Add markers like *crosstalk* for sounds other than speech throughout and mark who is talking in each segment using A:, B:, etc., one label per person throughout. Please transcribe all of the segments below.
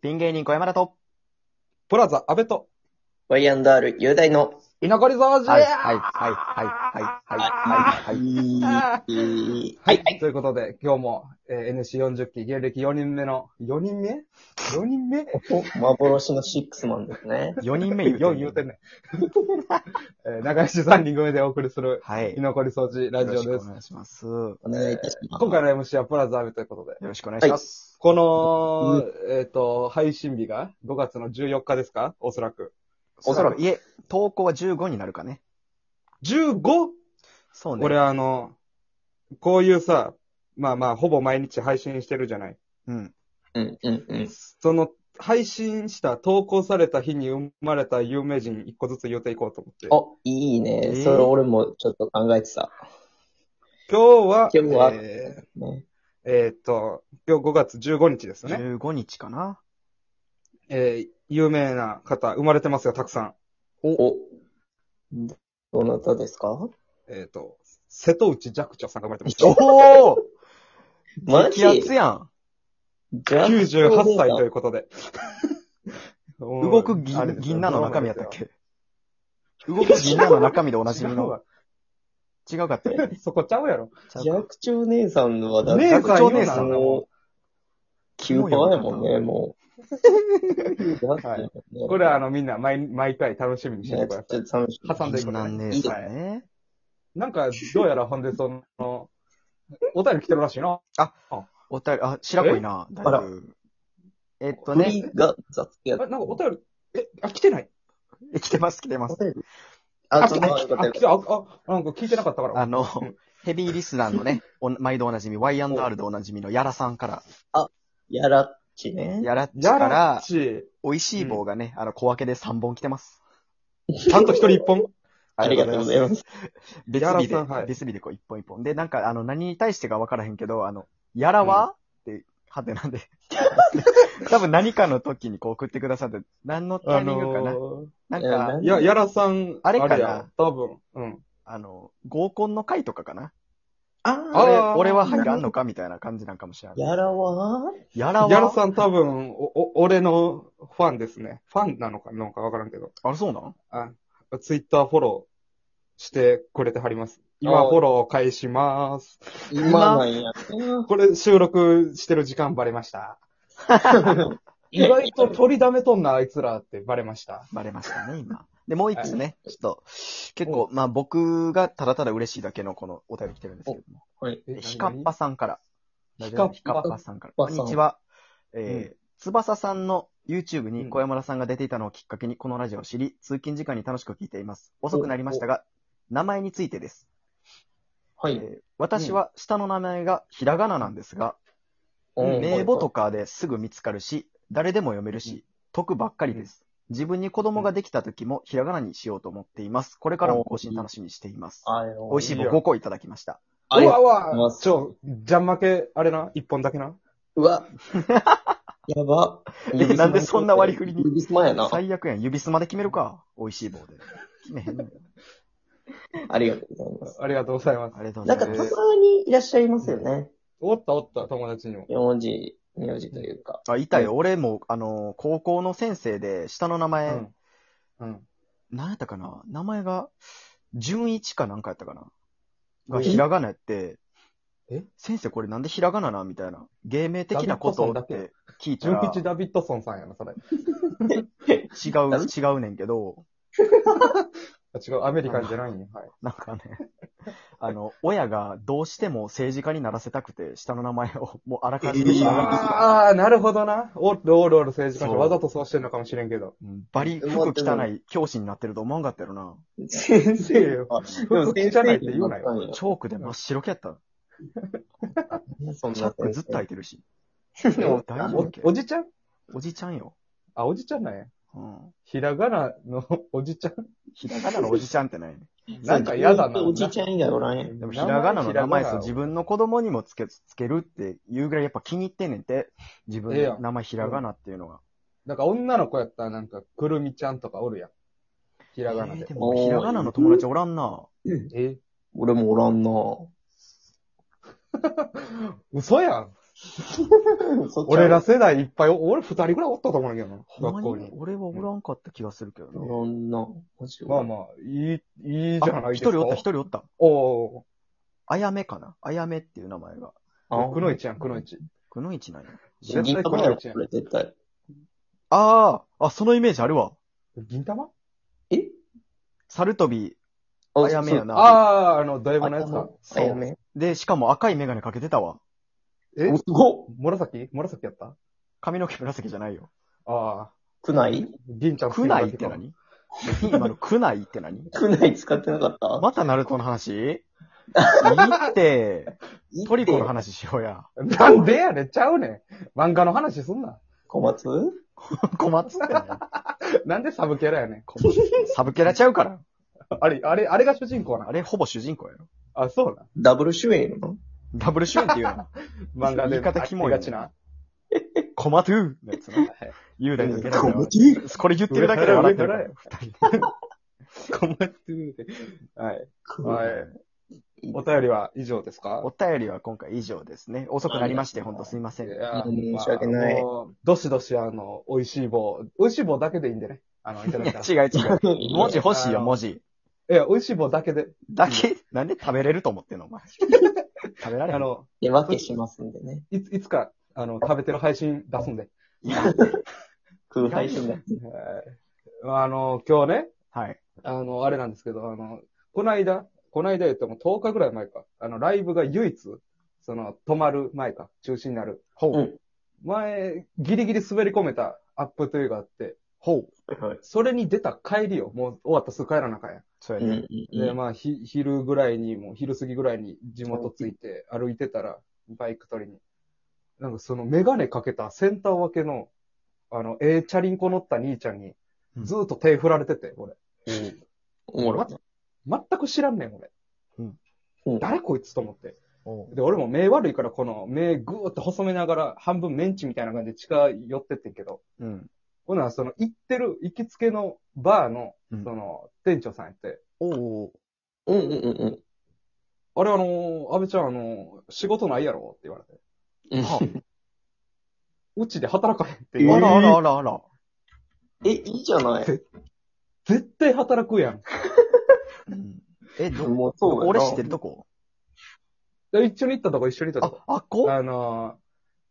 A: ピン芸人小山田と、
B: プラザ、安倍と、
C: ワイアンダール、雄大の。
B: 稲刈り掃除
A: はい、はい、はい、はい、はい、はい、はい、はい。
B: はいはい、ということで、今日も、えー NC40 期、芸歴4人目の、4人目 ?4 人目
C: 幻のシックスマンですね。
A: 4人
B: *laughs*
A: 目言うて
B: ?4 言うてんねん。 *laughs* えー仲良し3人組でお送りする、
A: はい。
B: 居残り掃除ラ
A: よ
B: ジ
A: ろ
B: オ
A: しくお
B: です。
A: 願いします。よ
C: お願いいたします。
B: 今回の MC はプラザ、安倍ということで、
A: ろしくお願いします。
B: この、えっ、と、配信日が5月の14日ですかおそらく。
A: おそらく、いえ、投稿は15になるかね。
B: 15?
A: そうね。
B: 俺あの、こういうさ、まあまあ、ほぼ毎日配信してるじゃない。
A: うん。
C: うんうんうん。
B: その、配信した、投稿された日に生まれた有名人一個ずつ言っていこうと思って。
C: あ、いい
A: え
C: ね。
A: ー
C: それ俺もちょっと考えてた。
B: 今日は、
C: 今日は
B: えー
C: ね
B: えーっと、今日5月15日ですね。
A: 15日かな。
B: えー有名な方、生まれてますよ、たくさん。
C: お、どなたですか
B: えーっと、瀬戸内寂聴さんが生まれてますよ。
A: おー
C: マジ
A: 激アツやん。
C: じゃあ
B: 98歳ということで。
A: *laughs* 動
B: 動
A: く銀銀杏の中身やったっけ動く銀杏の中身でお
B: お
A: なじみ *laughs* の。違うかったよね。
B: *laughs* そこちゃうやろ。
A: ちゃうか
C: 寂聴姉さんはだ
B: 姉さん
C: 寂聴姉
A: 言うな
C: さんの、キューパーやもんね、も *laughs* う。
B: はいこれはあのみんな毎毎回楽しみにしてて
C: ね、
B: く
C: ちょ
B: だ
C: っ
B: さい。
C: と楽しみ。
B: 挟んでいく
A: な
B: の
A: ん
B: ね
A: で
C: い
A: す
C: い
B: はい
A: ね。
B: なんか、どうやらほんで、その、お便り来てるらしい *laughs* な。
A: おたり、あ、白子いな、だいぶ。えっと
C: 振
A: ね
C: り、が雑や
B: あなんかお便り、え、あ、来てない
A: え来てます、来てます。
C: あ、
B: 来
C: そ
B: て
C: の、
B: ない
C: よかった
B: あ、
C: よ
B: 来
C: か
B: た、あ、あ、なんか聞いてなかったから。
A: あの、ヘビーリスナーのね、お毎度おなじみ、Y&R でおなじみのヤラさんから、
C: やらっちね。
A: ヤラっち
B: や
A: からら
B: っ、ち。
A: 美味しい棒がね、あの、小分けで3本来てます。
B: ちゃんと一人一本。
C: ありがとうございます。
A: 別日で
B: やらさんは、い
A: 別日でこう、一本一本。で、なんか、あの、何に対してか分からへんけど、あの、やらは、って、はてなんで。 *laughs* 多分何かの時にこう送ってくださって、何のタ
B: あ
A: イミングかな。
B: の
A: なん
C: いや
A: か
C: な
B: ー、、や、やらさん、
A: あれかな
B: や多分。うん。
A: あの、合コンの会とかかな。
B: あ
C: あ
A: 俺、
B: ー
A: 俺は入らんのかみたいな感じなんかもしれない。
C: やらは
A: やらは
B: やらさん多分、お、お、俺のファンですね。ファンなのか、なんかわからんけど。
A: あれ、そうなん
B: あ、ツイッターフォローしてくれてはります。
C: あ
B: 今、
C: ー
B: フォロー返します。
C: 今なんや。 *laughs*
B: これ収録してる時間バレました。意外と取りだめとんな、あいつらってバレました。
A: バレましたね、今。で、もう一つね、ちょっと、結構、まあ僕がただただ嬉しいだけのこのお便り来てるんですけども。
C: はい。
B: え
A: ヒカッパさんから。
B: 何
A: ヒカ
B: ヒカッパ
A: ッパさんから。
C: ヒカッ
A: こ
C: パ
A: ん
C: さん
A: にちは。えー、翼さんの YouTube
B: う
A: に
B: ん
A: 小山田さんが出ていたのをきっかけにこのラジオを知り、通勤時間に楽しく聞いています。遅くなりましたが、名前についてです。
C: は
A: え
C: い。
A: ー私は下の名前がひらがななんですが、
C: うん
A: 名簿とかですぐ見つかるし、誰でも読めるし、得ばっかりです。自分に子供ができた時もひらがなにしようと思っています。これからも更新楽しみにしています。
C: あれ
A: 美味しい
B: も
A: 棒5個いただきました。
C: あ
B: う
C: れ
B: わう
C: ありがとうござい
B: わ
C: ま、す
B: ちょ、ジャン負け、あれな、一本だけな。
C: うわ。 *laughs* やば。
A: えなんでそんな割り振りに
C: 指すまやな。
A: 最悪やん。指すまで決めるか。美味しい棒で。
C: *laughs*
A: 決めへんのよ
C: ありがとうございます。
B: ありがとうございます。
A: ありがとうご
C: なん
A: ざ
C: か、
A: い
C: た
A: ます。
C: まにいらっしゃいますよね。
B: おったおった、友達にも。
C: 名字、名字というか。
A: あ、いたよ。俺も、あの、高校の先生で、下の名
B: う
A: 前、なん、
B: ん。うん。
A: 何やったかな名前が、純一かなんかやったかながひらがなやって、
B: え
A: 先生これなんでひらがななみたいな。芸名的なことをって聞いた
B: 純
A: ら、違
B: 吉ダビッドソンさんやな、それ。
A: う、違うねんけど、
B: あ違う、アメリカンじゃないんや。はい。
A: なんかね、 *laughs* あの、親がどうしても政治家にならせたくて、下の名前を *laughs* もうあらかじめひらがなにした
B: ああー、なるほどな。おるおるおる政治家
A: そ
B: に
A: う
B: わざとそうしてんのかもしれんけど。
A: うんバリ、服汚い教師になってると思わんかったよな。
C: 先
B: いやいやで
C: あ
B: も先生じゃないって言うなよ。
C: よ
A: チョークで真っ白けやった。
C: そんな
A: チャックずっと開いてるし。
C: でも
A: 大丈夫や
B: お
A: っけ
B: おじちゃん
A: おじちゃんよ。
B: あ、おじちゃんなんや。
A: うん。
B: ひらがなのおじちゃん。
A: ひらがなのおじちゃんってない。
B: なんか嫌だな。
C: おじいちゃん以外おらんやん。
A: でもひらがなの名前さ、自
B: 分。
A: 分の子供にもつけ、つけるっていうぐらいやっぱ気に入ってんねんて。自分
B: ええや
A: の
B: ん
A: 名前ひらがなっていうのが。
B: なんか女の子やったらなんか、くるみちゃんとかおるやん。ひらがな
A: ええ
B: で
A: で。も俺ひらがなの友達おらんな。
B: え
C: 俺もおらんなぁ。
B: 嘘やん。
C: そっち
B: 俺ら世代いっぱい、俺二人ぐらいおったと思うんだけどな、
A: ほんま
B: 学校
A: に
B: に。
A: 俺はおらんかった気がするけどな。
C: のんな、マジ
B: まあまあ、いい、いいじゃない
A: あ
B: で
A: 一
B: すか。
A: 人おった、一。人おった。
B: おう
A: あやめかなあやめっていう名前が。
B: おう、くのいちやん、くのいち。
A: くのいちなんや。
B: 絶
C: 銀
B: 対
C: 玉
B: く
C: や
B: の
C: ろ、
B: いちやん
C: こ。れ絶対。
A: ああ、あ、そのイメージあるわ。
B: 銀玉
C: え
A: 猿飛び、あやめや
B: あ
A: な。
B: あー、あの、ドヤ
C: そ
B: モ
C: う
B: のやつか。
C: あやめ。
A: で、しかも赤いメガネかけてたわ。
B: え
C: おすごっ
B: 紫紫やった
A: 髪の毛紫じゃないよ。
B: ああ、
C: くない
B: 銀ちゃん
A: くないって
B: *laughs*
A: 何今のくないって何
C: くない使ってなかった
A: またナルトの話いいって、
C: いいって
A: トリコの話しようや。 *laughs*
B: なんでやねん、ちゃうねん。漫画の話すんな。
C: 小松
A: 小松って何
B: なんでサブキャラやねん。
A: サブキャラちゃうから。
B: あれ、あれ、あれが主人公な
A: あ
B: の
A: れほぼ主人公やろ。
B: あ、そうな
C: ダブル主演やの
A: ダブル主演っていう *laughs* の。
B: ん。漫画で。
A: 言い方キモい
B: ありがちな。
A: コマトゥーのやつな。言うだけだ
C: 小
A: よ
C: 松
A: これ言ってるだけで笑ってるから
B: 上。
A: 二人で
B: 困ってるで。はい。はい。
C: い
B: お便りは以上ですか
A: お便りは今回以上ですね。遅くなりまして、ほんとすいません。
B: や
C: 申し訳ない
B: まあもうどしどし、あの、美味しい棒。美味しい棒だけでいいんでね。あ
C: *laughs*
B: の、いただいたら。
A: 違う違う。文字欲しい
B: あ
A: よ、
B: の
A: 文字。
B: いや、美味しい棒だけで。
A: だけ、なんで食べれると思ってんの、お前。食べられへ
B: あ
A: ん。
B: の、
C: 手分けしますんでね。
B: いつ、いつか、あの、食べてる配信出すんで。
C: 空配信だ。
B: はいあの、今日ね、
A: はい。
B: あの、あれなんですけど、あの、この間、この間言っても10日ぐらい前か、あの、ライブが唯一、その、止まる前か、中止になる。
A: ほ
C: う
A: う。
C: ん
B: 前、ギリギリ滑り込めたアップというがあって、
A: ほう。
C: はい。
B: それに出た帰りを、もう終わったすぐ帰らなあかんや。
A: そう
C: う
A: や
C: んう
A: ね。
C: んう
B: で、
C: ん。
B: まあ、ひ、昼ぐらいに、もう昼過ぎぐらいに地元着いて歩いてたら、バイク取りに。なんかそのメガネかけたセンター分けの、あの、ええチャリンコ乗った兄ちゃんに、ずーっと手振られてて、俺。
C: おもろい。
B: 全く知らんねん、俺。
C: うん
B: 誰こいつと思って。
A: おう
B: で、俺も目悪いから、この目ぐーって細めながら、半分メンチみたいな感じで近寄ってってんけど、
A: うん。
B: ほな、その、行ってる、行きつけのバーの
A: うん、
B: その、店長さんやって、
A: おうおう。
C: うんうんうんうん。
B: あれ、あのー、安倍ちゃん、あのー、仕事ないやろって言われて、
C: うん
A: は
B: うちで働かへんって
A: あ
B: 言われて、
A: らあらあらあら。
C: え、いいじゃない
A: *laughs*
B: 絶対働くやん。
A: うんえ、ど、
C: もう
A: ど
C: そう
A: こ
C: やな
A: 俺知ってるとこ
B: で一緒に行ったとこ、一緒に行った
A: あ
B: とこ。、
A: あっこ
B: あのー、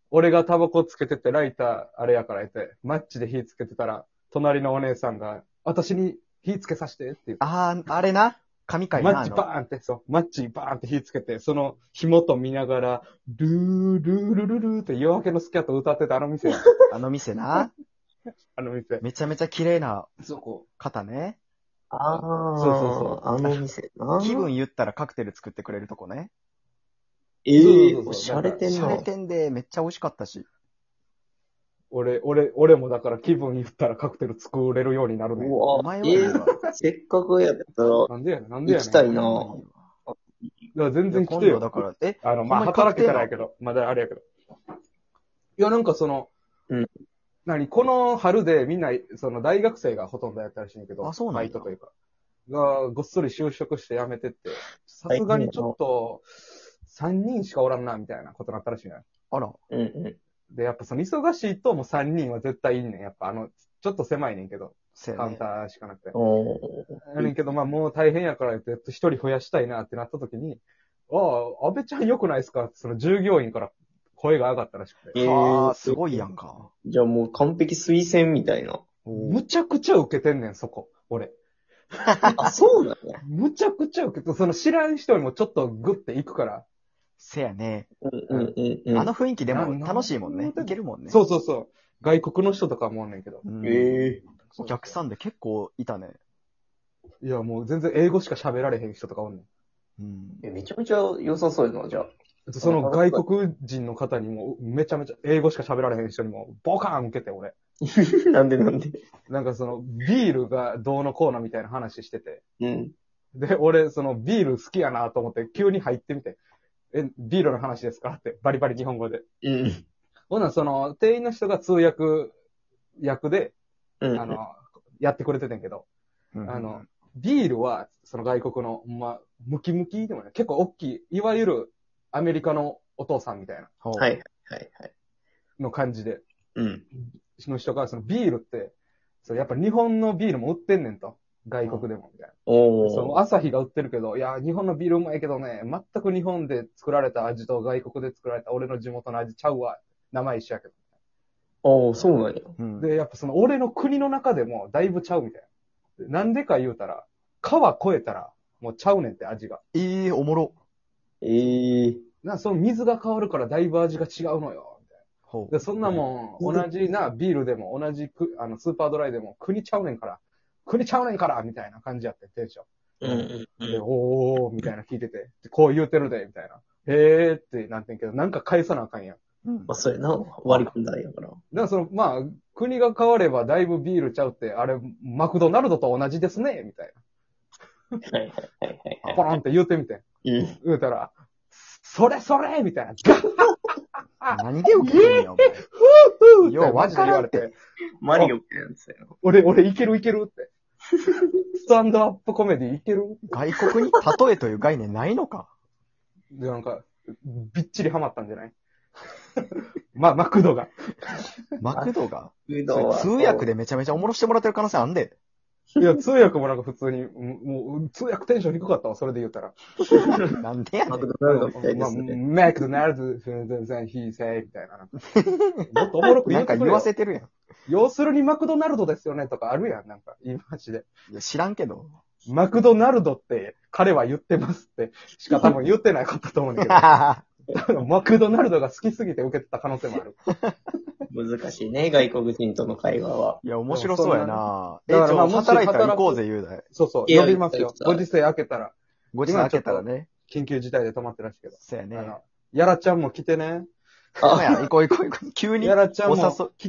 B: 俺がタバコつけてて、ライター、あれやからやって、マッチで火つけてたら、隣のお姉さんが、私に火つけさせてって言って
A: あー、あれな。神回
B: マ
A: な。
B: ッチバーンって、そう、マッチバーンって火つけて、その紐と見ながら、ルー、ルールルルーって夜明けのスキャット歌ってたあの店や、
A: あのあの店な。
B: *laughs* あの店。
A: めちゃめちゃ綺麗な
B: そこ。
A: 方ね。
C: ああ、。
B: そうそうそう
C: あの店な。
A: 気分言ったらカクテル作ってくれるとこね。
C: ええ
B: そうそうそう
C: おしゃれてん
A: 洒
C: な。
A: 落てんで、めっちゃ美味しかったし。
B: 俺、俺、俺もだから気分言ったらカクテル作れるようになるね。
C: う
A: お
C: わ、
A: 前
C: え
A: はええわ
C: ーせっかくやったら行
B: なんでやねん、なんでやねん。
C: きたいな。
A: ほんまに
B: だから全然来
A: 今
B: て
A: 度
B: よ。
A: だから、え、
B: あの、まあ、
A: ほんまに確定な
B: 働けたらやけど、まだあれやけど。いや、なんかその、
C: うん。
B: 何この春でみんな、その大学生がほとんどやったらしいんやけど、
A: あそうなんだ
B: バイトというか。が、ごっそり就職して辞めてって、さすがにちょっと、3人しかおらんな、みたいなことになったらしいね。
A: あら、
C: うんう
B: で、やっぱその忙しいともう3人は絶対いんねん。やっぱあの、ちょっと狭いねんけど、
A: せや
B: カウン
A: ね
B: タ。ーしかなくて
C: ん。。おー
B: やねんけど、まあもう大変やからって、一人増やしたいなってなった時に、ああ、安倍ちゃん良くないですかってその従業員から声が上がったらしくて。
C: えー
A: あー、すごいやんか。
C: じゃあもう完璧推薦みたいな。
A: お
B: むちゃくちゃ受けてんねん、そこ。俺。
C: あ、そうなんや。
B: むちゃくちゃ受けて、その知らん人にもちょっとグッて行くから。
A: せやね。
C: うんうんうんうん。
A: あの雰囲気でも
B: な
A: 楽しいもんね。
B: ない
A: けるもんね。
B: そうそうそう。外国の人とかもおんねんけど。
A: うん。
C: ええ
A: お客さんで結構いたね。
B: いや、もう全然英語しか喋られへん人とかおんね
A: うん。
C: えめちゃめちゃ良さそうやな、じゃあ。
B: ん。その外国人の方にも、めちゃめちゃ英語しか喋られへん人にも、ボカーン受けて、俺。
C: *laughs* なんでなんで。
B: なんかその、ビールがどうのこうのみたいな話してて。
C: うん。
B: で、俺、そのビール好きやなと思って、急に入ってみて、え、ビールの話ですかって、バリバリ日本語で。
C: うん。
B: ほな、その、店員の人が通訳役で、
C: うん。
B: あの、やってくれててんけど、
A: うん
B: あの、ビールは、その外国の、ほんまムキムキでもね、結構大きい、いわゆるアメリカのお父さんみたいな。
A: ほう
C: はい。はいはい。
B: の感じで。
C: うん。
B: の人が、そのビールって、そうやっぱ日本のビールも売ってんねんと。外国でも、みたいな。
C: お
B: その
C: ー。
B: 朝日が売ってるけど、いや、日本のビールうまいけどね、全く日本で作られた味と外国で作られた俺の地元の味ちゃうわ。名前一緒やけ
C: おー、そうなんや。
A: うん
B: ど。で、やっぱその俺の国の中でもだいぶちゃうみたいな。なんでか言うたら、川越えたらもうちゃうねんって味が。
A: ええおもろ。
C: ええ。
B: な、その水が変わるからだいぶ味が違うのよ。みたい
A: ほ
B: なでそんなもん、同じな、ビールでも同じく、あの、スーパードライでも国ちゃうねんから、国ちゃうねんからみたいな感じやって、テンション。
C: うんう
B: で、
C: ん
B: おー、みたいな聞いてて、こう言うてるで、みたいな。へーってなんてんけど、なんか返さなあかんやん。だか
A: う。うん
C: まあ、そうやな。割り込んだんやから。
B: らその、まあ、国が変わればだいぶビールちゃうって、あれ、マクドナルドと同じですね、みたい
C: はいはいはいはい
B: な。ポロンって言うてみてん。
C: はい。うん。
B: 言うたら、それそれみたいな。ガッ
A: 何で受けてんねん、お前。
B: フーっ
A: よ
B: て
A: う
B: マジで言われ
A: わ
B: て、
C: マリオみたいなやつやな。
B: 俺、俺いけるいけるって。スタンドアップコメディいける
A: 外国に例えという概念ないのか。
B: で、なんか、びっちりハマったんじゃない *laughs* まあ、マクドが。
A: マクドが。
C: う
A: そ
C: どん
A: れ
C: は
A: 通訳でめちゃめちゃおもろしてもらってる可能性あん
B: *laughs*
A: で。
B: いや、通訳もなんか普通に、もうもう、通訳テンション低かったわ、それで言ったら。
A: なんでやね
C: マ
A: ん
C: ク。ドナルドみたいで
B: まあ、
C: すね。
B: マクドナルド、フンフンフン、ヒーセイみたいな。なんかもっとおもろく
A: な
B: 言
A: ん
B: う
A: か
B: てく
A: 言
B: れ
A: わ
B: よ。
A: せてるやん。
B: 要するにマクドナルドですよねとかあるやん、なんか、言い回しで。
A: いや、知らんけ
B: *laughs*
A: ど。
B: マクドナルドって、彼は言ってますって、しか多分言ってなかったと思うんだ
A: *laughs*
B: けど多分、マクドナルドが好きすぎて受けてた可能性もある。
C: 難しいね、外国人との会話は。
A: いや、面白そうやなえ、
B: で
A: ち
B: もそん
A: ょ、
B: なだからまあ
A: 働いたら行こう
B: もし
A: ぜ、雄大。
B: そうそう、
C: いや
B: 呼びますよ。ご時世明けたら、
A: ごちそう開けたらね。
B: 緊急事態で止まってるらしいけど。
A: そうやね
B: あ。の、やらちゃんも来てね。
A: *laughs* ほんまや行こう行こう行こう。急に
B: やらちゃんも
A: お誘い